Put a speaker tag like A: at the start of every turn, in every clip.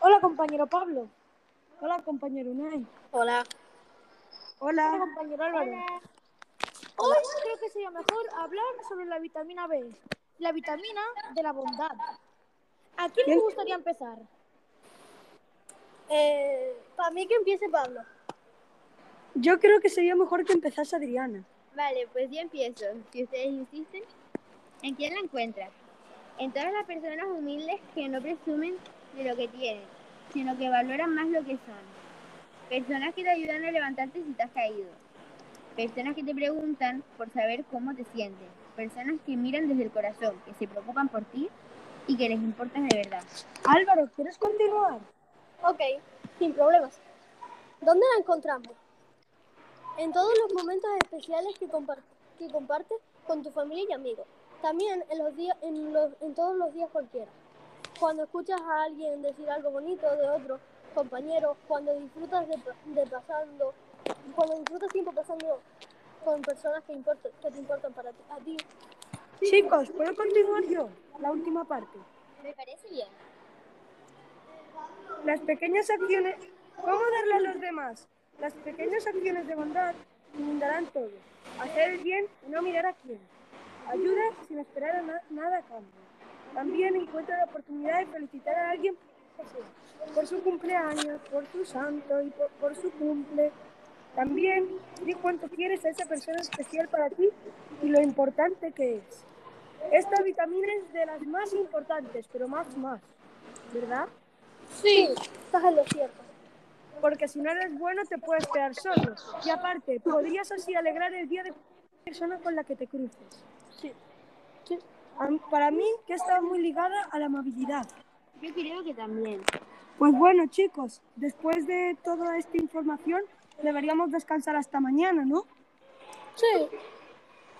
A: Hola, compañero Pablo. Hola, compañero Unai.
B: Hola.
A: Hola.
C: Hola, compañero Álvaro. Hoy creo que sería mejor hablar sobre la vitamina B, la vitamina de la bondad. ¿A quién le gustaría empezar?
B: Eh, para mí que empiece Pablo.
A: Yo creo que sería mejor que empezase Adriana.
D: Vale, pues yo empiezo. Si ustedes insisten, ¿en quién la encuentras? En todas las personas humildes que no presumen de lo que tienen, sino que valoran más lo que son. Personas que te ayudan a levantarte si te has caído. Personas que te preguntan por saber cómo te sientes. Personas que miran desde el corazón, que se preocupan por ti y que les importas de verdad.
A: Álvaro, ¿quieres continuar?
B: Ok, sin problemas. ¿Dónde la encontramos? En todos los momentos especiales que, compar- que compartes con tu familia y amigos. También en, los días, en, los- en todos los días cualquiera. Cuando escuchas a alguien decir algo bonito de otro compañero, cuando disfrutas de, pa- de pasando, cuando disfrutas tiempo pasando con personas que, importan- que te importan para ti, a ti.
A: Chicos, ¿puedo continuar yo? La última parte.
D: Me parece bien.
A: Las pequeñas acciones... ¿Cómo darle a los demás? Las pequeñas acciones de bondad inundarán todo. Hacer el bien y no mirar a quién. Ayuda sin esperar a na- nada a cambio. También encuentra la oportunidad de felicitar a alguien por su- por su cumpleaños, por su santo y por, por su cumple. También di cuánto quieres a esa persona especial para ti y lo importante que es. Esta vitamina es de las más importantes, pero más, más, ¿verdad?
B: Sí, estás en lo cierto.
A: porque si no eres bueno te puedes quedar solo. Y aparte, podrías así alegrar el día de cualquier persona con la que te cruces.
B: Sí.
A: Am- Para mí, que está muy ligada a la amabilidad.
D: Yo creo que también.
A: Pues bueno, chicos, después de toda esta información, deberíamos descansar hasta mañana, ¿no?
B: Sí.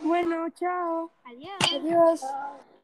A: Bueno, chao.
D: Adiós.
B: Adiós.